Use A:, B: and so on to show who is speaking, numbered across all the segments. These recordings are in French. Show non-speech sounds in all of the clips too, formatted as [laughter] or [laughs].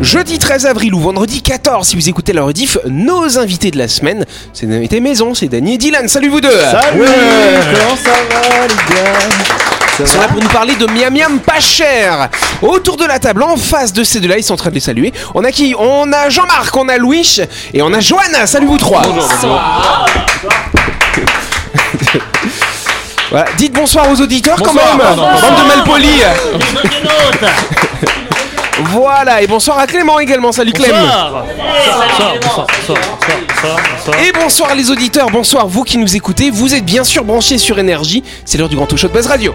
A: Jeudi 13 avril ou vendredi 14, si vous écoutez la rediff, nos invités de la semaine, c'est nos invités maison, c'est Dany et Dylan. Salut vous deux
B: Salut
A: Ouais.
B: Comment ça va les gars
A: Ils sont là pour nous parler de Miam Miam pas cher Autour de la table, en face de ces deux-là, ils sont en train de les saluer. On a qui On a Jean-Marc, on a Louis et on a Joanne. Salut vous trois [laughs] Voilà, dites bonsoir aux auditeurs quand
C: Bonsoir,
A: même
C: pardon, pardon.
A: Bande de malpolis [laughs] Voilà, et bonsoir à Clément également, salut Clément Et bonsoir les auditeurs, bonsoir vous qui nous écoutez, vous êtes bien sûr branchés sur énergie, c'est l'heure du grand talk show de Buzz Radio.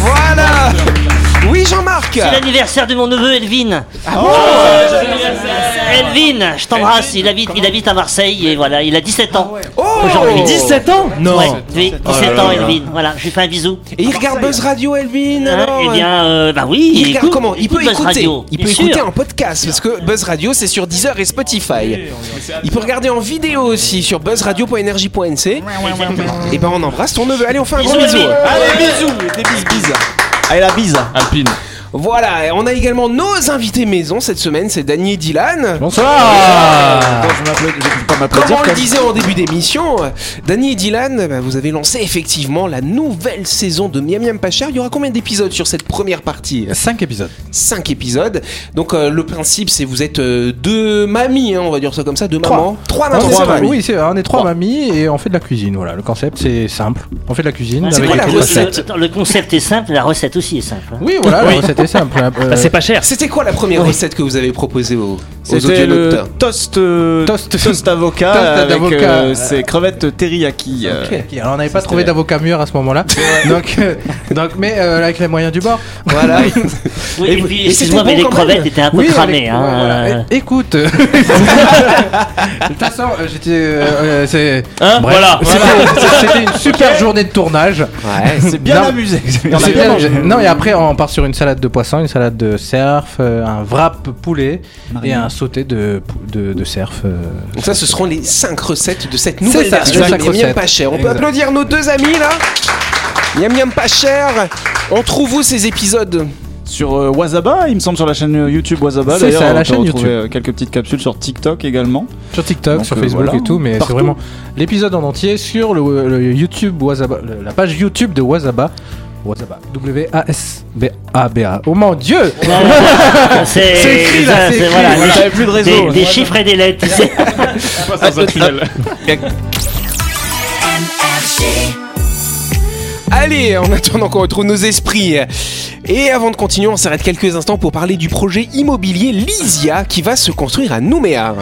A: Voilà Oui Jean-Marc
D: C'est l'anniversaire de mon neveu Elvin.
A: Ah
D: Oh, Elvin, je t'embrasse. Il habite, il habite à Marseille et voilà, il a 17 ans.
A: Oh
D: Aujourd'hui.
B: 17 ans Non
D: Ouais, oui,
A: Ah
D: 17 ans, Elvin. Voilà, je lui fais un bisou.
A: Et il regarde Buzz Radio Elvin
D: Hein,
A: alors,
D: eh
A: euh,
D: bien, euh, bah oui.
A: il regarde
D: écoute-
A: comment Il peut
D: écoute Buzz
A: écouter,
D: Radio,
A: il
D: bien
A: peut
D: sûr.
A: écouter en podcast parce que Buzz Radio c'est sur Deezer et Spotify. Il peut regarder en vidéo aussi sur buzzradio.energie.nc. Et ben on embrasse ton neveu. Allez, on fait un gros
D: Bisous, Ah,
A: bisou.
D: Elvin.
B: Allez bisous Des bis bis Allez la bise
C: Alpine.
A: Voilà, et on a également nos invités maison cette semaine, c'est Dany et Dylan.
B: Bon, Je m'applaudis, je peux pas m'applaudir
A: Comme on le
B: comme-
A: disait en début d'émission, euh, Dany et Dylan, bah, vous avez lancé effectivement la nouvelle saison de Miam Miam Pas Cher. Il y aura combien d'épisodes sur cette première partie
C: 5 épisodes.
A: 5 épisodes. Donc euh, le principe, c'est vous êtes euh, deux mamies, hein, on va dire ça comme ça, deux
C: Trois.
A: mamans. Trois
C: On
A: mamans.
C: est
A: c'est
C: trois
A: vrai.
C: mamies. Oui, c'est vrai, on est trois
A: Trois.
C: mamies et on fait de la cuisine. Voilà, le concept c'est simple. On fait de la cuisine.
D: Ouais,
A: C'est
C: avec
A: quoi
C: des
A: la
C: quelques
A: recette
C: recettes.
D: le, le concept est simple, la recette aussi est simple. hein.
C: Oui, voilà, la recette est simple. Euh,
E: Bah, c'est pas cher.
A: C'était quoi la première recette que vous avez proposée aux, aux
B: C'était le [laughs]
A: audionauteurs
B: toast, euh,
C: Toast.
B: toast avocat
C: Toast
B: avec
C: d'avocat.
B: euh, ses crevettes teriyaki. euh.
A: Ok.
C: Ok, Alors on n'avait pas trouvé d'avocat mûr à ce moment-là, donc, euh, donc mais euh, avec les moyens du bord.
A: Voilà.
D: Oui,
A: Et
D: et
A: vous- et
D: puis,
A: c'était
D: excuse-moi, mais
A: bon
D: les
A: quand même
D: crevettes étaient un peu
C: avec-
D: cramées. hein,
C: ouais, voilà.
D: euh,
C: Eh, Écoute, [laughs] de toute façon, euh, j'étais, euh, euh, c'est-
E: Hein
C: Bref.
E: voilà.
C: C'était- c'était une super journée de tournage.
B: Ouais, c'est bien
C: Non.
B: amusé.
C: C'est bien, j'ai- non et après on part sur une salade de poisson, une salade de cerf, euh, un wrap poulet et un sauté de, pou- de, de cerf. euh.
A: Donc ça, ce seront les 5 recettes de cette nouvelle
C: ça,
A: version
C: les
A: de
C: cinq
A: Miam Miam
C: recettes.
A: Pas Cher. On peut
C: Exact.
A: applaudir nos deux amis là Miam Miam Pas Cher On trouve où ces épisodes
B: Sur euh, Wazaba, il me semble, sur la chaîne euh, YouTube Wazaba.
C: C'est
B: D'ailleurs,
C: ça, la
B: on peut
C: chaîne
B: retrouver,
C: YouTube.
B: euh, quelques petites capsules sur TikTok également.
C: Sur TikTok,
B: Donc,
C: sur
B: euh,
C: Facebook
B: voilà,
C: et tout, mais c'est
B: partout.
C: vraiment l'épisode en entier sur le, le YouTube Wasaba, le- la page YouTube de Wasaba. Wasaba. W-A-S-B-A-B-A. Oh mon dieu!
A: [laughs]
D: voilà.
C: C'est écrit, là,
D: ça,
C: c'est
D: c'est-
C: écrit.
D: voilà,
C: Voilà.
D: des-
B: J'avais plus de réseau.
D: Des, des chiffres et des lettres. tu sais.
A: Allez, en attendant qu'on retrouve nos esprits. Et avant de continuer, on s'arrête quelques instants pour parler du projet immobilier Lysia qui va se construire à Nouméa.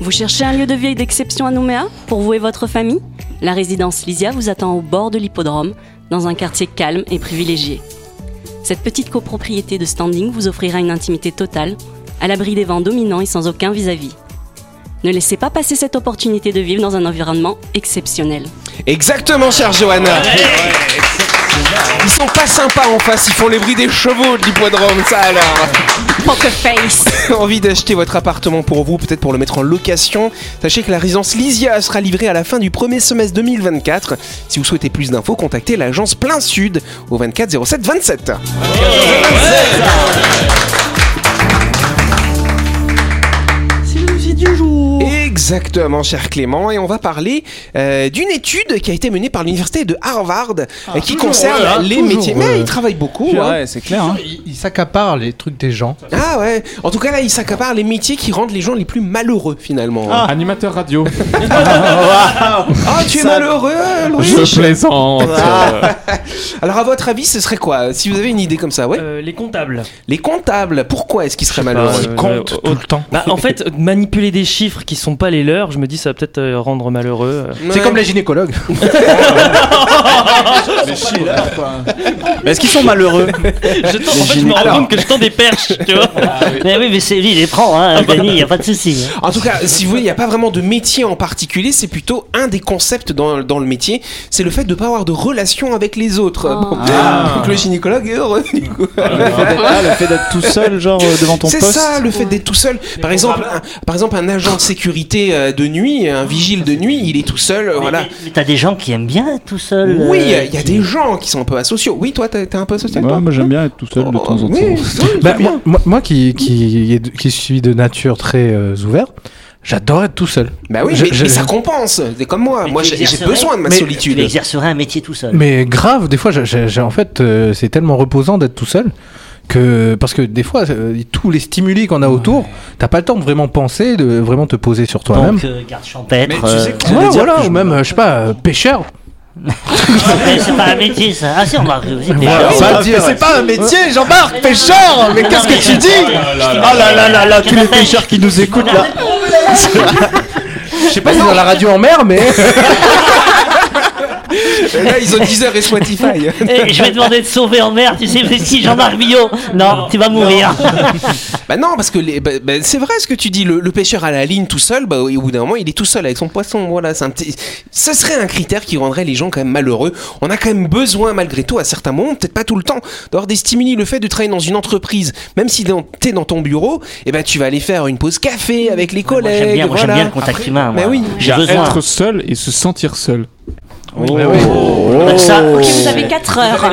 F: Vous cherchez un lieu de vie d'exception à Nouméa pour vous et votre famille La résidence Lysia vous attend au bord de l'hippodrome, dans un quartier calme et privilégié. Cette petite copropriété de standing vous offrira une intimité totale, à l'abri des vents dominants et sans aucun vis-à-vis. Ne laissez pas passer cette opportunité de vivre dans un environnement exceptionnel.
A: Exactement, chère Johanna. Ils sont pas sympas en face, ils font les bruits des chevaux de l'hippodrome, ça alors.
F: Poker face
A: [coughs] envie d'acheter votre appartement pour vous, peut-être pour le mettre en location, sachez que la résidence Lysia sera livrée à la fin du premier semestre 2024. Si vous souhaitez plus d'infos, contactez l'agence Plein Sud au 24 07 27. Exactement, cher Clément, et on va parler euh, d'une étude qui a été menée par l'université de Harvard euh, qui concerne
E: ouais, hein,
A: les
C: toujours,
A: métiers. Mais
C: ouais.
A: ils travaillent beaucoup.
B: [laughs]
A: hein.
B: Ouais, c'est clair. hein.
C: Il, il s'accapare les trucs des gens.
A: Ah ouais. En tout cas, là, ils s'accaparent les métiers qui rendent les gens les plus malheureux finalement.
E: Animateur radio.
A: Ah, tu es
B: Ça-
A: malheureux, Louis Ah.
E: Je plaisante.
A: [laughs] Alors, à votre avis, ce serait quoi Si vous avez une idée comme ça, ouais.
G: Euh,
E: les comptables.
A: Les comptables, pourquoi est-ce qu'ils seraient malheureux
E: Ils comptent tout le temps.
G: Bah, en fait, manipuler des chiffres qui sont pas les les leurs, je me dis ça va peut-être euh, rendre malheureux. euh.
C: C'est comme les gynécologues.
B: Mais est-ce qu'ils sont malheureux
G: [laughs] Je tends- en fait, je me
B: gynécologues.
G: rends compte que je tends des perches, tu vois.
D: Mais oui, mais c'est lui, il les
A: Ah,
D: prend, hein,
A: bah.
D: Dany, y a pas de souci.
A: En tout cas, si vous voulez, il n'y a pas vraiment de métier en particulier, c'est plutôt un des concepts dans, dans le métier, c'est le fait de ne pas avoir de relation avec les autres.
F: Oh.
A: Bon. [laughs]
B: Ah.
A: Donc le gynécologue est heureux du coup.
B: le, fait d'être- ah, le fait d'être tout seul, genre euh, devant ton
A: C'est
B: poste.
A: ça, le fait d'être tout seul. Par exemple, un, par exemple, un agent de sécurité euh, de nuit, un vigile de nuit, il est tout seul, euh, voilà.
D: Mais, mais t'as des gens qui aiment bien être tout seul.
A: Oui, il y
D: euh,
A: a- il y a des gens qui sont un peu asociaux. Oui, toi, t'es t'es un peu asocial,
B: Ouais,
A: toi
B: moi j'aime bien être tout seul de temps en temps.
A: Oui, oui,
C: Bah,
A: c'est bien.
C: moi, moi- moi qui, qui, est- qui suis de nature très euh, ouvert, j'adore être tout seul.
A: Bah oui,
C: Je-
A: mais,
C: je-
A: mais ça compense. C'est comme moi.
D: Mais
A: moi,
D: tu
A: j'ai j'ai
D: exercerais-
A: besoin de ma
C: mais-
D: Tu
A: solitude.
D: exercerais un métier tout seul.
C: Mais grave, des fois, j'ai- j'ai j'ai- en fait, euh, c'est tellement reposant d'être tout seul que parce que des fois, euh, tous les stimuli qu'on a autour, t'as pas le temps de vraiment penser, de vraiment te poser sur toi-même.
D: Donc, euh, garde champêtre.
B: Mais tu sais que-
D: euh,
C: Ouais,
B: J'allais dire
C: voilà,
B: que
C: ou
B: je-
C: même, euh, je sais pas, euh, pêcheur.
D: [laughs] mais c'est pas un métier, ça. Ah si, on marque aussi.
C: Voilà,
B: oui,
C: ça
B: bah,
C: veut dire-
B: c'est
C: pas un métier, Jean-Marc, [laughs]
D: pêcheur Mais euh, qu'est-ce que tu dis
B: Ah là là là là, tous les pêcheurs qui nous écoutent là.
C: Je sais pas si c'est dans la radio en mer, mais.
A: Là, ils ont Deezer et
D: [laughs]
A: Spotify.
D: [laughs] Eh, je vais demander de sauver en mer, tu sais, mais si Jean-Marc Billot, non, tu vas mourir.
A: Bah non, parce que les- bah- bah, c'est vrai ce que tu dis. Le, le pêcheur à la ligne tout seul, bah, au au bout d'un moment, il est tout seul avec son poisson. Voilà, c'est un petit. Ce serait un critère qui rendrait les gens quand même malheureux. On a quand même besoin, malgré tout, à certains moments, peut-être pas tout le temps, d'avoir des stimuli. Le fait de travailler dans une entreprise, même si dans- t'es dans ton bureau, et ben tu vas aller faire une pause café avec les
D: Moi,
A: collègues.
D: j'aime bien, moi, j'aime
A: voilà.
D: bien le contact humain.
A: Mais
D: moi.
A: oui.
E: Il y
D: j'ai
E: a
D: besoin.
E: être seul et se sentir seul.
D: Bah,
B: Oh.
D: ça,
F: Ok, Oh. vous avez 4 heures.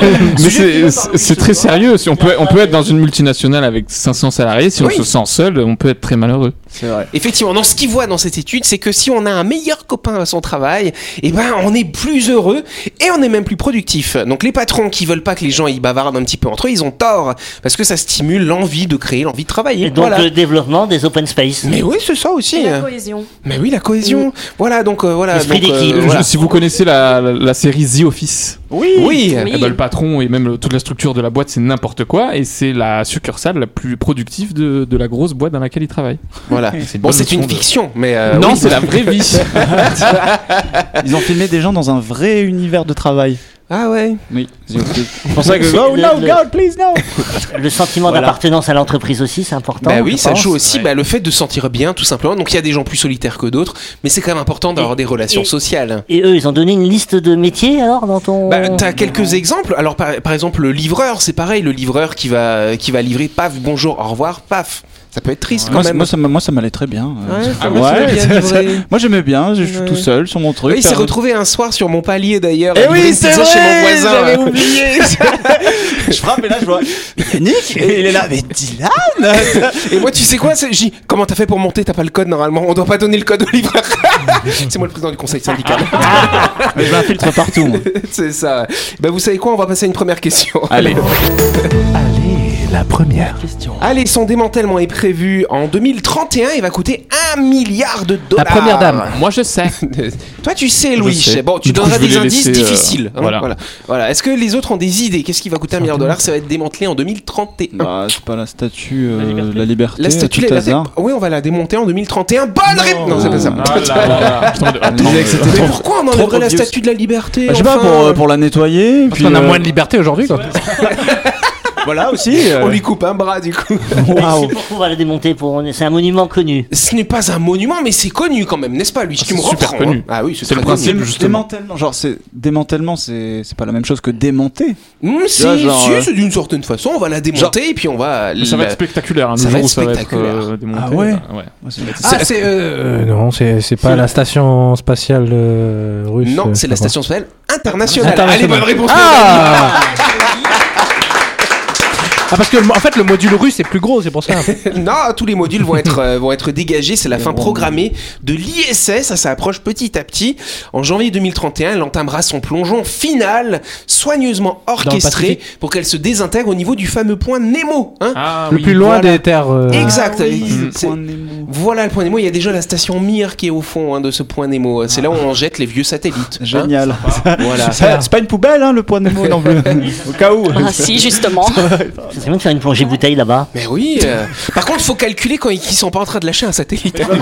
E: [laughs] Mais c'est- c'est c'est
A: hein.
E: très sérieux. Si on, peut, on peut être dans une multinationale avec 500 salariés. Si
A: Oui.
E: on se sent seul, on peut être très malheureux.
B: C'est vrai.
A: Effectivement, dans ce qu'il voit dans cette étude, c'est que si on a un meilleur copain à son travail, eh ben on est plus heureux et on est même plus productif. Donc les patrons qui veulent pas que les gens y bavardent un petit peu entre eux, ils ont tort parce que ça stimule l'envie de créer, l'envie de travailler.
D: Et donc euh,
A: voilà.
D: le développement des open space.
A: Mais oui, c'est ça aussi.
F: Et la cohésion.
A: Mais oui, la cohésion. Voilà, donc euh, voilà.
D: Esprit
A: donc,
D: d'équipe.
E: Je-
A: voilà.
E: Si vous connaissez la, la- la série The Office,
A: Oui.
F: Oui.
E: eh ben, le patron et même le- toute la structure de la boîte, c'est n'importe quoi. Et c'est la succursale la plus productive de, de la grosse boîte dans laquelle il travaille.
A: voilà.
B: C'est
A: Bon, c'est une fiction, mais euh,
E: non,
A: oui.
E: c'est la vraie vie.
A: [laughs]
B: Ils ont filmé des gens dans un vrai univers de travail.
A: Ah ouais.
B: Oui. C'est pour ça que.
D: Le-
B: Oh no,
D: le-
B: God, please no!
D: Le sentiment
B: Voilà.
D: d'appartenance à l'entreprise aussi, c'est important.
A: Bah oui,
D: je
A: ça
D: pense.
A: joue aussi bah, le fait de se sentir bien, tout simplement. Donc il y a des gens plus solitaires que d'autres, mais c'est quand même important d'avoir des relations
D: et-
A: sociales.
D: Et eux, ils ont donné une liste de métiers alors dans ton.
A: Bah, t'as quelques exemples. Alors, par, par exemple, le livreur, c'est pareil. Le livreur qui va, qui va livrer, paf, bonjour, au revoir, paf. Ça peut être triste
B: Moi,
A: quand
B: ça-
A: même.
B: moi, ça, m'a- moi, ça m'allait très bien. Euh,
A: Ouais.
B: ça-
A: Ah, moi, ça m'a bien
B: ça- [laughs]
A: livré.
B: ça- moi, j'aimais bien. Je suis
A: Ouais.
B: tout seul sur mon truc.
A: Oui, il s'est
B: Euh,
A: retrouvé un soir sur mon palier d'ailleurs.
B: Eh
A: à livrer
B: oui,
A: une
B: c'est
A: pizza chez mon
B: vrai,
A: voisin.
B: j'avais oublié. je frappe et là, je vois Yannick, et il est là, mais Dylan
A: Et moi, tu sais quoi c'est- J'ai dit, comment t'as fait pour monter T'as pas le code normalement. On doit pas donner le code au livreur. [laughs] c'est moi le président du conseil
B: [laughs]
A: syndical.
B: Mais je m'infiltre partout. moi.
A: c'est ça. Bah, vous savez quoi On va passer à une première question.
B: Allez.
C: La première.
A: [laughs] Allez, son démantèlement est prévu en 2031 et va coûter un milliard de
C: La
A: dollars.
C: première dame.
E: Moi, je sais.
A: [laughs] Toi, tu sais, Louis.
E: sais.
A: Bon, tu
E: Du coup,
A: donneras
E: je vais
A: des
E: les
A: indices
E: laisser, euh,
A: difficiles. hein,
E: voilà.
A: voilà. Voilà. Est-ce que les autres ont des idées Qu'est-ce qui va coûter un milliard de dollars Ça va être démantelé en 2031.
B: Bah, c'est pas la statue, euh,
E: La liberté.
B: la liberté,
A: La statue,
B: tout
A: la-
B: hasard.
A: oui, on va la démonter en 2031. Bonne réponse. Non, c'est pas ça.
E: Ah,
A: Mais pourquoi on enlèverait la
B: obvious.
A: statue de la liberté
B: Bah, je sais pas,
A: enfin
B: pour, euh, pour la nettoyer.
C: Parce
B: puis,
C: qu'on a
B: euh,
C: moins de liberté aujourd'hui, quoi.
B: Voilà [laughs] aussi. euh,
A: On lui coupe un bras du coup. [laughs]
D: Mais
B: waouh.
D: C'est pourquoi on va le démonter pour. C'est un monument connu.
A: Ce n'est pas un monument, mais c'est connu quand même, n'est-ce pas, Louis Tu
E: c'est
A: me
E: super
A: reprends,
E: connu.
A: hein. Ah oui, c'est
E: C'est le
A: très
E: principe.
A: connu.
E: justement.
B: Démantèlement, genre c'est démantèlement, c'est c'est pas la même chose que démonter.
A: Mmh, si,
B: vois, genre,
A: si,
B: euh,
A: c'est d'une certaine façon, on va la démonter et puis on va.
E: Mais ça va
A: la-
E: être spectaculaire, hein, le
A: Ça va
E: jour
A: être
E: où ça va être
A: spectaculaire.
E: euh, démonté.
B: Ah ouais
E: euh,
B: Moi, c'est-
C: Ah, c'est. euh, non, c'est c'est pas la station spatiale euh, russe.
A: Non,
C: euh,
A: c'est la
C: je crois.
A: station spatiale internationale. Allez,
C: Internationale.
A: bonne réponse.
C: Ah Ah, parce que le- en fait, le module russe est plus gros, c'est pour ça.
A: [laughs] Non, tous les modules vont être, euh, vont être dégagés. C'est la fin programmée de l'ISS. Ça s'approche petit à petit. En janvier 2031, elle entamera son plongeon final, soigneusement orchestré, pour qu'elle se désintègre au niveau du fameux point Nemo. hein.
E: Ah,
C: le
E: oui.
C: plus loin
A: voilà.
C: des terres. euh,
A: exact.
B: Ah oui,
A: C'est-
B: point Nemo.
A: Voilà le point Nemo. Il y a déjà la station Mir qui est au fond hein, de ce point Nemo. C'est là où on jette les vieux satellites. hein.
B: Génial.
A: Voilà. [laughs]
B: Ça, C'est pas une poubelle, hein, le point de mot non plus. Au cas où.
F: Ah si, [laughs] justement.
D: C'est bien de faire une plongée bouteille là-bas.
A: Mais oui. euh, Par contre, faut calculer quand ils qu'ils sont pas en train de lâcher un satellite. hein.
B: [laughs]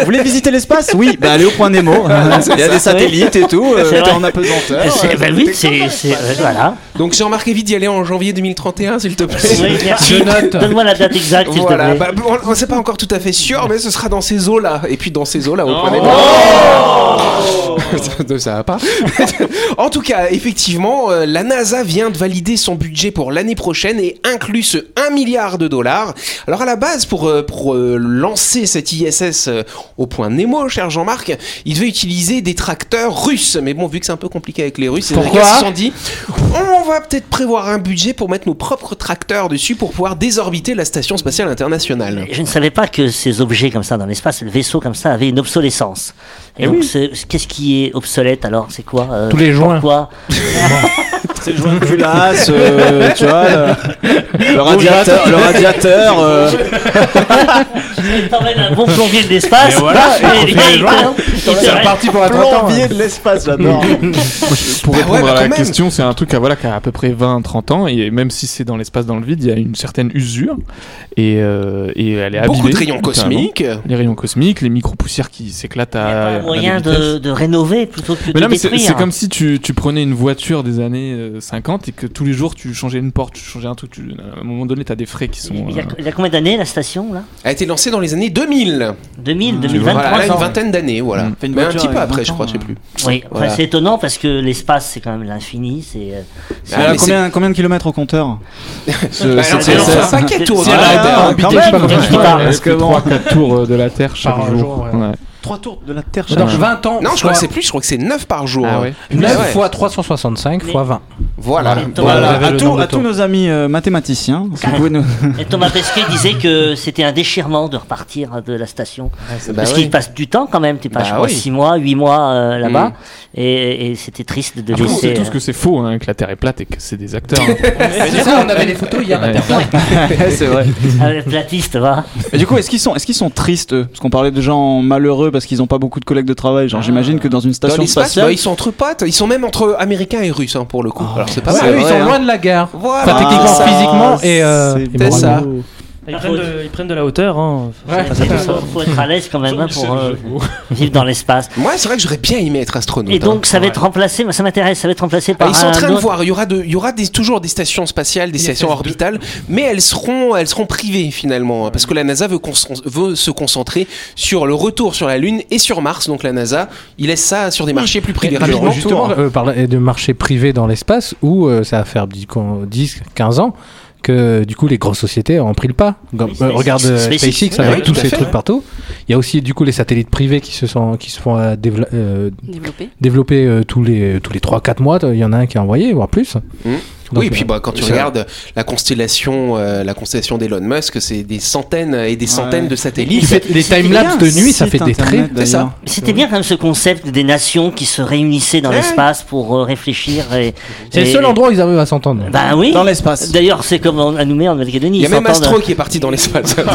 B: Vous voulez visiter l'espace Oui, bah allez au point Nemo. Il y a des satellites et tout. euh,
D: C'est
B: T'es
D: vrai.
B: en apesanteur.
D: C'est- bah oui, c'est. c'est- ouais, Voilà.
A: Donc Jean-Marc évite d'y aller en janvier 2031, s'il te plaît.
D: Oui, merci. Donne-moi la date exacte, s'il te
A: Voilà,
D: plaît.
A: bah, bon, on sait pas encore tout à fait sûr, mais ce sera dans ces eaux-là. Et puis dans ces eaux-là, au point Nemo. Ça- [laughs] ça va pas. en tout cas, effectivement, euh, la NASA vient de valider son budget pour l'année prochaine et inclut ce 1 milliard de dollars. Alors à la base, pour, euh, pour euh, lancer cette ISS euh, au point Nemo, cher Jean-Marc, il devait utiliser des tracteurs russes. Mais bon, vu que c'est un peu compliqué avec les Russes, les
C: Pourquoi
A: Américains se sont dit, on va peut-être prévoir un budget pour mettre nos propres tracteurs dessus pour pouvoir désorbiter la Station Spatiale Internationale.
D: Je ne savais pas que ces objets comme ça dans l'espace, le vaisseau comme ça, avait une obsolescence. Et donc, c'est- c'est- qu'est-ce qui est obsolète alors C'est quoi euh,
C: Tous les joints.
D: Pourquoi
A: Ah,
B: Culasse, euh, tu vois. Le, le radiateur. Le radiateur euh,
D: Il t'emmène un bon plombier de l'espace.
C: voilà,
D: et
C: il
D: les
C: faut
D: euh, gars,
C: les
D: ils
C: joints,
D: te- ils te-
C: C'est reparti pour la 30 ans.
B: plombier de l'espace, j'adore.
A: [laughs]
E: Pour
A: Bah ouais,
E: répondre
A: bah
E: à
A: quand
E: la
A: même.
E: question, c'est un truc à, voilà, qui a à peu près 20-30 ans, et même si c'est dans l'espace, dans le vide, il y a une certaine usure, et, euh, et elle est
A: Beaucoup
E: abîmée,
A: de rayons
E: carrément.
A: cosmiques. euh,
E: Les rayons cosmiques, les micro-poussières qui s'éclatent
D: Il y a
E: à.
D: pas
E: à
D: moyen
E: des vitesses.
D: de, de rénover plutôt que
E: Euh,
D: de
E: Mais non, mais c'est-
D: détruire.
E: c'est comme si tu, tu prenais une voiture des années euh, 50 et que tous les jours tu changeais une porte, tu changeais un truc. tu- à un moment donné, t'as des frais qui sont.
D: Il y, a,
E: euh,
D: il y a combien d'années la station là
A: A été lancé dans les années 2000.
D: 2000,
A: Mmh. Voilà,
D: 2023
A: là, une
D: ans.
A: vingtaine d'années, voilà.
E: Mm.
B: Fait une
A: Mais un
B: voiture
A: petit peu
B: avec
A: après, je
B: 20
A: crois,
B: ans,
A: je sais plus. Ah,
D: Oui, enfin,
A: Voilà.
D: c'est étonnant parce que l'espace c'est quand même l'infini. C'est euh, c'est-
A: Ah, mais
B: combien, combien de kilomètres au compteur
A: Bah,
B: c'est-
A: alors,
B: c'est-
A: alors,
B: c'est-
A: un paquet de tours,
B: c'est-
A: hein.
B: c'est-
A: Ah,
B: quand même,
C: pas
D: je sais pas.
E: presque
B: bon.
E: 3-4 tours euh, de la Terre chaque
C: Par
E: jour.
C: jour, ouais.
E: Ouais.
B: 3 tours de la Terre
C: Dans 20 ans.
A: Non, je crois que c'est plus, je crois que c'est 9 par jour.
E: Ah ouais.
A: Ouais,
C: 9
A: ouais. Ah
C: fois 365
D: Mais-
C: fois 20.
A: Voilà.
D: Mais
A: Bon,
D: Thomas,
C: Voilà. Vous avez
B: à,
C: le
B: tous-
C: nombre de
B: à tous
C: tours.
B: nos amis euh, mathématiciens, si vous pouvez nous-
D: et Thomas Pesquet disait que c'était un déchirement de repartir de la station.
A: bah
D: parce
A: oui.
D: qu'il passe du temps quand même. T'es pas,
A: Bah
D: je crois,
A: oui.
D: 6 mois, 8 mois euh, là-bas.
A: Mm.
D: Et, et c'était triste
A: Ah,
D: de
E: Après, on sait
D: laisser.
E: tous que c'est faux, hein, que la Terre est plate et que c'est des
D: [laughs]
E: acteurs. hein.
C: C'est ça, on avait les photos hier
E: matin.
C: [laughs]
B: c'est vrai.
D: euh, [laughs] le platiste, va.
B: Et du coup, est-ce qu'ils sont, est-ce qu'ils sont tristes eux Parce qu'on parlait de gens malheureux parce qu'ils n'ont pas beaucoup de collègues de travail. Genre, j'imagine que dans une
A: Dans
B: station
A: l'espace, bah,
B: spatiale,
A: ils sont entre potes, ils sont même entre Américains et Russes, hein, pour le coup. Alors, c'est pas
B: ouais,
A: mal.
C: eux, Ah. ils
B: vrai,
C: sont
B: hein.
C: loin de la gare.
A: Voilà.
C: Enfin, techniquement,
B: Ah,
C: physiquement et. euh,
B: c'est
C: et
A: peut-être ça.
C: moralement.
G: Ils prennent, de, ils prennent de la hauteur. Hein.
C: Ouais.
G: Ça, ça-
D: Il faut, faut être à l'aise quand même hein, pour euh, vivre dans l'espace.
A: Moi, c'est vrai que j'aurais bien aimé être astronaute.
D: Et donc
A: hein.
D: ça va être remplacé, ça m'intéresse, ça va être remplacé
A: Ah,
D: par
A: ils sont en
D: un
A: train de
D: autre-
A: voir, il y aura, de, il y aura des, toujours des stations spatiales, des stations orbitales, mais elles seront, elles seront privées finalement, hein, parce que la NASA veut, concen- veut se concentrer sur le retour sur la Lune et sur Mars, donc la NASA, il laisse ça sur des marchés plus privés rapidement.
C: Rapidement, justement, euh, parler de marché privé dans l'espace où euh, ça va faire 10-15 ans que du coup les grosses sociétés ont pris le pas. Comme,
D: Oui,
C: euh,
D: SpaceX.
C: regarde euh,
D: SpaceX,
C: SpaceX,
A: Ah oui,
C: avec
A: oui,
C: tous
A: tout à
C: ces
A: fait,
C: trucs
A: ouais.
C: partout. Il y a aussi du coup les satellites privés qui se sont qui se font euh, dévela- euh,
F: Développé.
C: développer euh, tous les tous les 3-4 mois. Il y en a un qui est envoyé, voire plus.
A: Mm.
C: Donc,
A: oui, et puis
C: euh,
A: bah, quand tu
C: ça-
A: regardes la constellation, euh, la constellation d'Elon Musk, c'est des centaines et des centaines
B: Ouais.
A: de
C: il
A: satellites.
C: fait- les timelapses de nuit, ça fait des traits.
A: c'est ça.
D: C'était bien quand même ce concept des nations qui se réunissaient dans l'espace pour euh, réfléchir. et-
C: C'est le
D: et-
C: seul endroit où ils arrivent à s'entendre.
D: Bah oui.
B: Dans l'espace.
D: D'ailleurs, c'est comme en- à Nouméa en Nouvelle-Calédonie.
A: Il y a
D: ils
A: même
D: s'entendent-
A: Astro qui est parti dans
C: [laughs]
A: l'espace.
D: C'est vrai.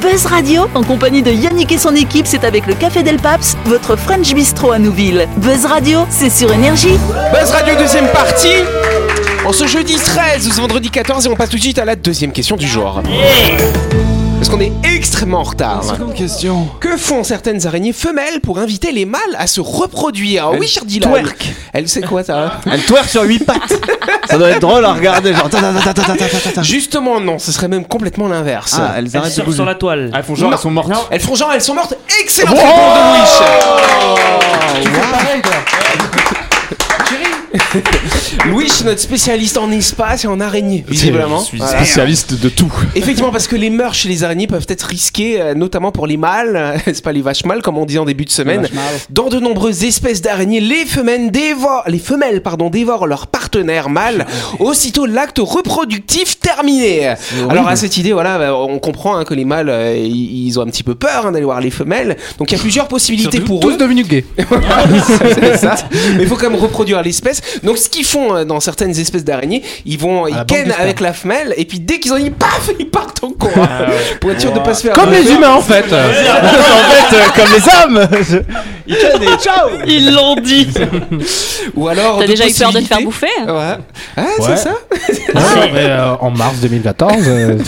H: Buzz Radio, en compagnie de Yannick et son équipe, c'est avec le Café Del Paps, votre French Bistro à Nouville. Buzz Radio, c'est sur Énergie.
A: Buzz Radio deuxième partie. En ce jeudi 13, ce vendredi 14 et on passe tout de suite à la deuxième question du jour. Parce qu'on est extrêmement en retard.
B: Seconde question.
A: Que font certaines araignées femelles pour inviter les mâles à se reproduire Ah Oui, cher Dylan.
B: Twerk.
A: Elle sait quoi ça hein?
B: Elle twerk sur 8 pattes. ça doit être drôle à regarder. Genre. ta, ta, ta, ta, ta, ta, ta, ta, ta.
A: Justement, non, ce serait même complètement l'inverse.
B: Ah, elles
G: Elle
B: arrêtent de
G: sort sur
B: bouger.
G: la toile.
E: Ah, elles font genre,
A: Non.
E: elles sont mortes.
D: Non.
A: Elles font genre, elles sont mortes. Excellent réponse de Louis.
C: Tu fais pareil, toi.
A: Louis, c'est notre spécialiste en espace et en araignée, visiblement.
E: Je suis
A: Voilà.
E: spécialiste de tout.
A: Effectivement, parce que les mœurs chez les araignées peuvent être risquées, euh, notamment pour les mâles, [laughs] euh, c'est pas les vaches mâles comme on disait en début de semaine. Dans de nombreuses espèces d'araignées, les femelles dévorent, les femelles pardon, dévorent leur partenaire
C: [laughs]
A: mâle aussitôt l'acte reproductif terminé. Alors à cette idée, voilà, bah, on comprend hein, que les mâles, euh, ils ils ont un petit peu peur hein, d'aller voir les femelles. Donc il y a plusieurs possibilités pour eux.
C: Tous devenus gays.
A: [laughs]
C: [laughs]
A: C'est ça. Mais il faut quand même reproduire l'espèce. Donc, ce qu'ils font euh, dans certaines espèces d'araignées, ils vont, ils
C: la banque
A: kennent
C: d'espèces.
A: avec la femelle, et puis dès qu'ils ont dit paf, ils partent en courant. pour être sûr de pas se faire.
C: Ah Comme les humains en fait.
I: en fait, euh, comme les hommes
C: [laughs]
I: je-
F: Ils l'ont dit
A: Ou alors.
F: T'as
A: d'autres
F: déjà eu peur de te faire
A: possibilités.
F: bouffer
A: Ouais. Ah, c'est
C: Ouais.
A: ça.
C: Ouais, mais, euh, en mars 2014. euh,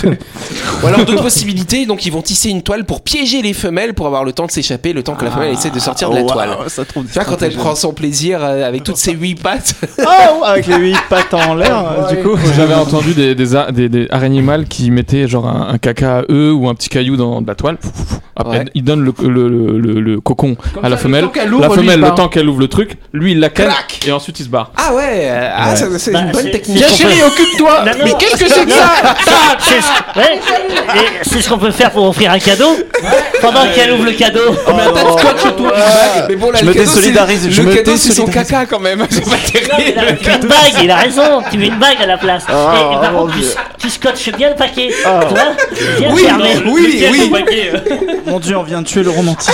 A: Ou alors d'autres possibilités. Donc ils vont tisser une toile pour piéger les femelles pour avoir le temps de s'échapper, le temps que la
G: Ah.
A: femelle essaie de sortir
G: Oh,
B: Oh,
A: de la toile.
B: Ça trouve
A: Tu vois, quand elle prend son plaisir euh, avec toutes ses huit pattes.
B: Oh, avec les 8 pattes en l'air, du coup.
E: [laughs] J'avais entendu des, des, a- des- des araignées mâles qui mettaient genre un, un caca à eux ou un petit caillou dans de la toile. Pouf, pouf, pouf. Après,
A: Ouais.
E: ils donnent le, le- le- le- le cocon à
C: ça,
E: la
C: le
E: femelle.
C: temps qu'elle ouvre,
E: la
C: lui, il
E: femelle, le
C: part.
E: temps qu'elle ouvre le truc, lui, il la canne
A: Crac
E: et ensuite il se barre.
A: [laughs] Ah ouais. euh, Ah, ça- c'est
D: Bah,
A: une bonne
D: c'est-
A: technique.
D: c'est-
C: Viens chérie, occupe-toi
D: Non, non.
C: Mais qu'est-ce que c'est que ça
D: Ah, C'est ce- ouais, et c'est ce qu'on peut faire pour offrir un cadeau pendant qu'elle ouvre le cadeau.
A: Oh, Mais bon, là,
B: Je
A: le
B: me
A: cadeau, c'est-
B: désolidarise, je
A: le
B: me
A: cadeau, c'est son
B: désolidarise.
A: caca quand même. C'est pas terrible.
D: Là, tu mets une bague, il a raison, tu mets une bague à la place.
A: Ah,
D: et, et
A: oh,
D: par contre, tu, tu scotches bien le paquet, tu vois, bien
A: Oui,
D: fermé.
A: oui, oui.
B: Mon dieu, on vient de tuer le romantisme.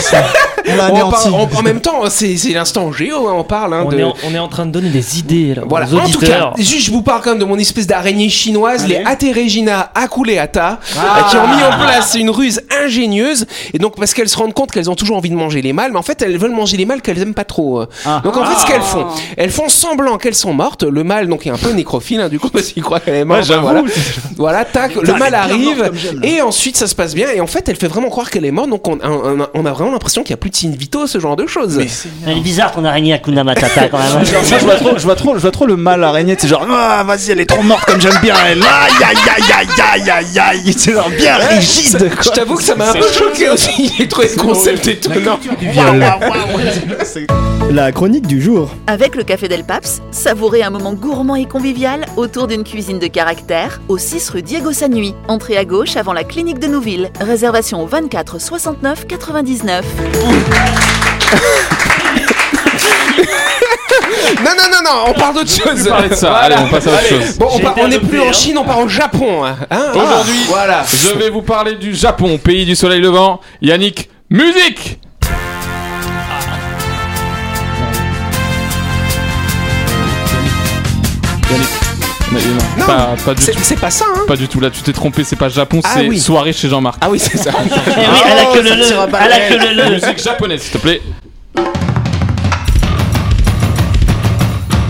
B: On l'a
A: On
B: anéanti.
A: parle- on- en même temps, c'est c'est l'instant géo, hein, on parle hein,
G: on,
A: de.
G: est en, on est en train de donner des idées là,
A: Voilà,
G: aux
A: en tout cas,
G: auditeurs.
A: juste je vous parle quand même de mon espèce d'araignée chinoise, les Ateregina aculeata, euh, qui ont mis en place une ruse ingénieuse. Et donc, parce qu'elles se rendent compte qu'elles ont toujours envie de manger les mâles, mais en fait, elles veulent manger les mâles qu'elles aiment pas trop. euh. Donc, en fait, ce qu'elles font, elles font semblant qu'elles sont mortes. Le mâle, donc, est un peu nécrophile, hein, du coup, [laughs] parce qu'il croit qu'elle est morte. hein, voilà. Voilà, tac, le mal arrive, et ensuite ça se passe bien, et en fait elle fait vraiment croire qu'elle est morte, donc on a, on a- on a vraiment l'impression qu'il n'y a plus de signes vitaux, ce genre de choses.
D: Elle est bizarre ton araignée à Kuna Matata
A: [laughs]
D: quand même. Eh
B: Genre, moi, je vois trop, je vois trop, je vois trop le mal araignée, c'est genre, ah, vas-y, elle est trop morte comme j'aime bien elle. Aïe, aïe, aïe, aïe, aïe, aïe, aïe, c'est genre bien rigide. quoi.
A: Je t'avoue que ça m'a un peu choqué aussi, j'ai trouvé ce concept étonnant.
I: La chronique du jour.
H: Avec le Café Del Paps, savourez un moment gourmand et convivial autour d'une cuisine de caractère au 6 rue Diego Sanui. Entrée à gauche avant la clinique de Nouville. Réservation au 24 69 99.
A: Non, non, non, non, on parle d'autre chose.
E: Je parlais de ça,
A: Voilà.
E: allez, on passe à autre chose.
A: Bon, on,
G: J'ai
A: part-
G: été
A: on n'est
G: adopté,
A: plus en
G: hein.
A: Chine, on part au Japon. hein. Hein,
E: Aujourd'hui.
A: ah, voilà.
E: Je vais vous parler du Japon, pays du soleil levant. Yannick, musique Yannick. Mais non,
A: Non,
E: pas, pas du
A: C'est
E: tout.
A: c'est pas ça, hein
E: Pas du tout, là tu t'es trompé, c'est pas Japon,
A: Ah
E: c'est
A: oui.
E: soirée chez Jean-Marc.
A: Ah oui, c'est ça.
D: Eh oui, elle a que le le, elle a que
E: [laughs]
D: le le.
E: Musique japonaise, s'il te plaît.
A: [laughs]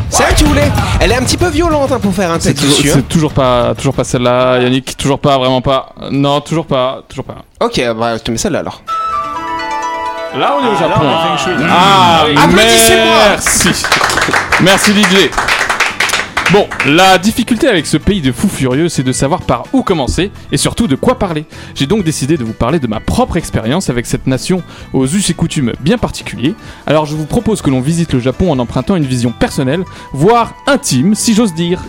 A: C'est vrai que tu voulais Elle est un petit peu violente hein, pour faire un
E: C'est
A: texte, je
E: toujours,
A: suis sûr.
E: c'est toujours pas, toujours pas celle-là, Yannick, toujours pas, vraiment pas. Non, toujours pas, toujours pas.
A: Ok, bah, je te mets celle-là alors.
E: Là, on est au Japon. Ah,
A: Applaudissez-moi.
E: merci. Merci DJ. Bon, la difficulté avec ce pays de fous furieux, c'est de savoir par où commencer et surtout de quoi parler. J'ai donc décidé de vous parler de ma propre expérience avec cette nation aux us et coutumes bien particuliers. Alors je vous propose que l'on visite le Japon en empruntant une vision personnelle, voire intime si j'ose dire.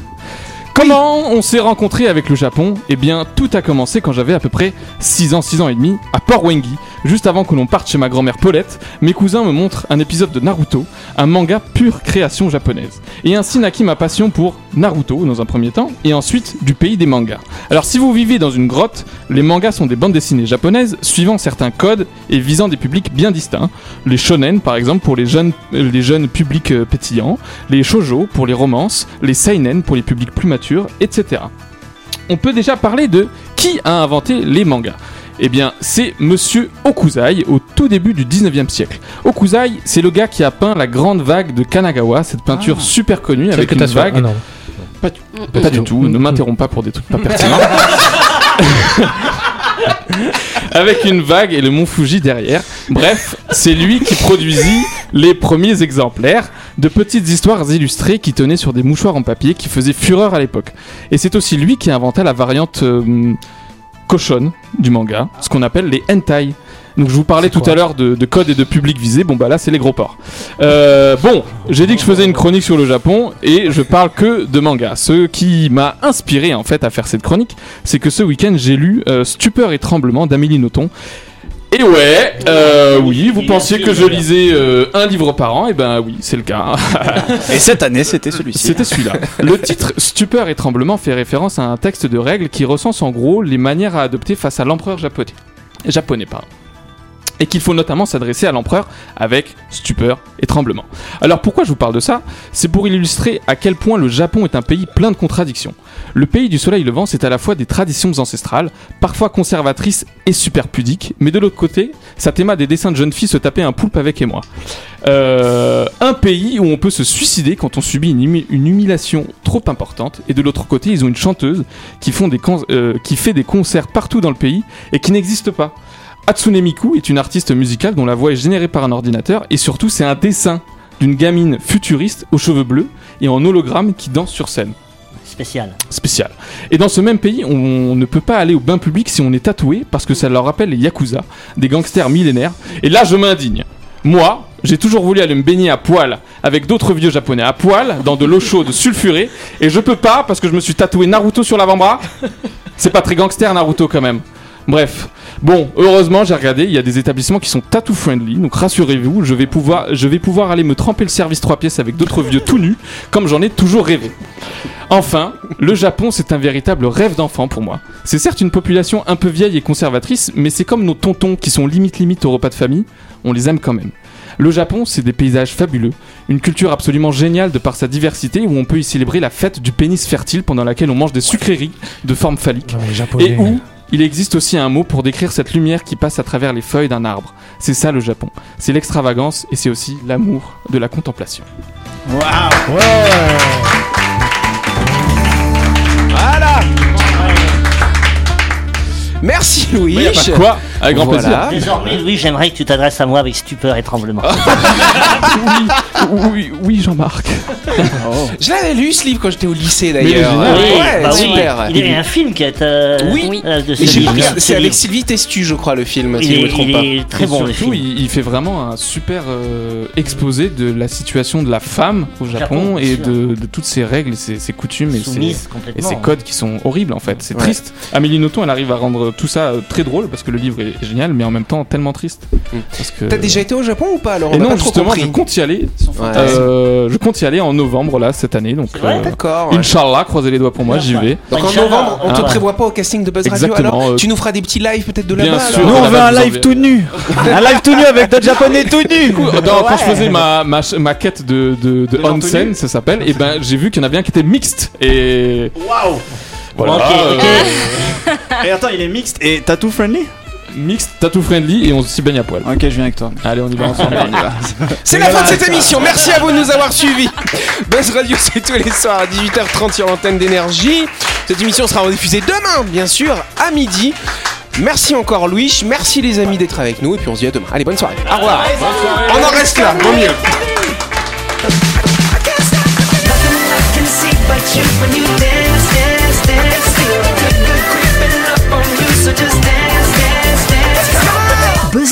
E: Comment on s'est rencontré avec le Japon Eh bien, tout a commencé quand j'avais à peu près 6 ans, 6 ans et demi, à Port Wengi, juste avant que l'on parte chez ma grand-mère Paulette, mes cousins me montrent un épisode de Naruto, un manga pure création japonaise. Et ainsi naquit ma passion pour Naruto dans un premier temps, et ensuite du pays des mangas. Alors si vous vivez dans une grotte, les mangas sont des bandes dessinées japonaises suivant certains codes et visant des publics bien distincts. Les shonen par exemple pour les jeunes, euh, les jeunes publics euh, pétillants, les shoujo pour les romances, les seinen pour les publics plus matures, etc. On peut déjà parler de qui a inventé les mangas. Eh bien, c'est Monsieur Okuzai au tout début du 19e siècle. Okuzai, c'est le gars qui a peint la grande vague de Kanagawa, cette peinture super connue
C: Ah. Celle
E: avec
C: que
E: une
C: t'as sur-
E: vague.
C: ah non.
E: Pas, du tout, ne m'interromps pas pour des trucs pas pertinents. [laughs] Avec une vague et le mont Fuji derrière. Bref, c'est lui qui produisit les premiers exemplaires de petites histoires illustrées qui tenaient sur des mouchoirs en papier qui faisaient fureur à l'époque. Et c'est aussi lui qui inventa la variante euh, cochonne du manga, ce qu'on appelle les hentai. Donc je vous parlais tout à l'heure de, de code et de public visé. Bon bah là c'est les gros ports. Euh, bon, j'ai dit que je faisais une chronique sur le Japon et je parle que de manga. Ce qui m'a inspiré en fait à faire cette chronique, c'est que ce week-end j'ai lu euh, Stupeur et tremblement d'Amélie Nothomb. Et ouais, euh, oui, vous pensiez que je lisais euh, un livre par an, et ben oui, c'est le cas.
B: [laughs] Et cette année, c'était celui-ci.
E: C'était celui-là. Le titre Stupeur et tremblement fait référence à un texte de règles qui recense en gros les manières à adopter face à l'empereur japonais. Japonais, pardon. Et qu'il faut notamment s'adresser à l'empereur avec stupeur et tremblement. Alors pourquoi je vous parle de ça C'est pour illustrer à quel point le Japon est un pays plein de contradictions. Le pays du soleil levant, c'est à la fois des traditions ancestrales, parfois conservatrices et super pudiques, mais de l'autre côté, ça téma des dessins de jeunes filles se taper un poulpe avec émoi. Euh, un pays où on peut se suicider quand on subit une, humi- une humiliation trop importante, et de l'autre côté, ils ont une chanteuse qui, font des con- euh, qui fait des concerts partout dans le pays et qui n'existe pas. Hatsune Miku est une artiste musicale dont la voix est générée par un ordinateur et surtout c'est un dessin d'une gamine futuriste aux cheveux bleus et en hologramme qui danse sur scène
D: Spécial.
E: spécial. Et dans ce même pays, on ne peut pas aller au bain public si on est tatoué parce que ça leur rappelle les yakuza, des gangsters millénaires. Et là, je m'indigne. Moi, j'ai toujours voulu aller me baigner à poil avec d'autres vieux japonais à poil dans de l'eau chaude sulfurée et je peux pas parce que je me suis tatoué Naruto sur l'avant-bras. C'est pas très gangster Naruto quand même. Bref, bon, heureusement j'ai regardé, il y a des établissements qui sont tattoo friendly, donc rassurez-vous, je vais pouvoir, je vais pouvoir aller me tremper le service trois pièces avec d'autres vieux tout nus, comme j'en ai toujours rêvé. Enfin, le Japon, c'est un véritable rêve d'enfant pour moi. C'est certes une population un peu vieille et conservatrice, mais c'est comme nos tontons qui sont limite limite au repas de famille, on les aime quand même. Le Japon, c'est des paysages fabuleux, une culture absolument géniale de par sa diversité où on peut y célébrer la fête du pénis fertile pendant laquelle on mange des sucreries de forme phallique.
C: Non, mais les
E: Et
C: Japonais.
E: où il existe aussi un mot pour décrire cette lumière qui passe à travers les feuilles d'un arbre. C'est ça le Japon. C'est l'extravagance et c'est aussi l'amour de la contemplation.
A: Voilà Merci Louis
E: Oui, pas de quoi Avec grand
A: Voilà.
D: Désormais, oui, j'aimerais que tu t'adresses à moi avec stupeur et tremblement.
A: Ah,
E: plaisir. Oui, oui, oui, Jean-Marc.
A: Je l'avais lu ce livre quand j'étais au lycée
E: il est
A: d'ailleurs.
E: génial.
A: ouais,
D: bah
A: super.
D: Il y a un film qui est. euh,
A: Oui.
D: euh, de ce
A: Et j'ai pas
D: livre.
A: regardé-
D: Ce
A: C'est avec
D: livre.
A: Sylvie Testu, je crois, le film, si
D: Il
A: je me
D: est-
A: trompe
D: il
A: pas.
D: est très
E: Et
D: bon le
E: surtout,
D: film.
E: il, il fait vraiment un super euh, exposé de la situation de la femme au Japon,
D: Japon,
E: et
D: bien
E: de, de toutes ses règles et ses, ses coutumes et ses,
D: Soumise
E: et
D: complètement.
E: ses codes qui sont horribles en fait. C'est
A: Ouais.
E: triste. Amélie Nothomb, elle arrive à rendre tout ça euh, très drôle parce que le livre est génial, mais en même temps tellement triste.
A: Mm.
E: Parce que...
A: T'as déjà été au Japon ou pas alors On
E: Et
A: a
E: non,
A: pas trop
E: justement,
A: compris.
E: je compte y aller.
A: Ouais.
E: Euh, je compte y aller en novembre là cette année, donc.
D: C'est vrai
E: euh,
A: D'accord.
E: Inch'Allah, croisez les doigts pour moi, j'y
D: Inch'Allah.
E: vais.
A: Donc Bah, en
D: Inch'Allah,
A: novembre, on te
D: ah.
A: prévoit pas au casting de Buzz Radio
E: Exactement,
A: alors
E: euh,
A: Tu nous feras des petits lives peut-être de
E: bien
A: là-bas
E: sûr.
A: alors
B: Nous, on
E: Voilà,
B: veut un
E: vous en
B: live
E: verrez.
B: tout nu. Un live tout nu avec d'autres japonais tout nus.
E: coup, dans- quand je faisais ma, ma, ch- ma quête de, de, de
B: De gens
E: Onsen,
B: tenus.
E: ça s'appelle, et ben j'ai vu qu'il y en avait un qui était mixte. Et. Waouh! Voilà,
D: Ok, ok.
E: euh,
B: Et attends, il est mixte et tattoo friendly
E: mixte, tattoo friendly, et on s'y baigne à poil.
B: Ok, je viens avec toi.
E: Allez, on y va ensemble.
A: C'est la fin de cette émission, merci à vous de nous avoir suivis [laughs] Buzz Radio c'est tous les soirs à 18h30 sur l'antenne d'énergie. Cette émission sera rediffusée demain bien sûr à midi. Merci encore Louis, merci les amis d'être avec nous et puis on se dit à demain. Allez bonne soirée. Au revoir. On en reste là, vaut mieux.
H: Buzz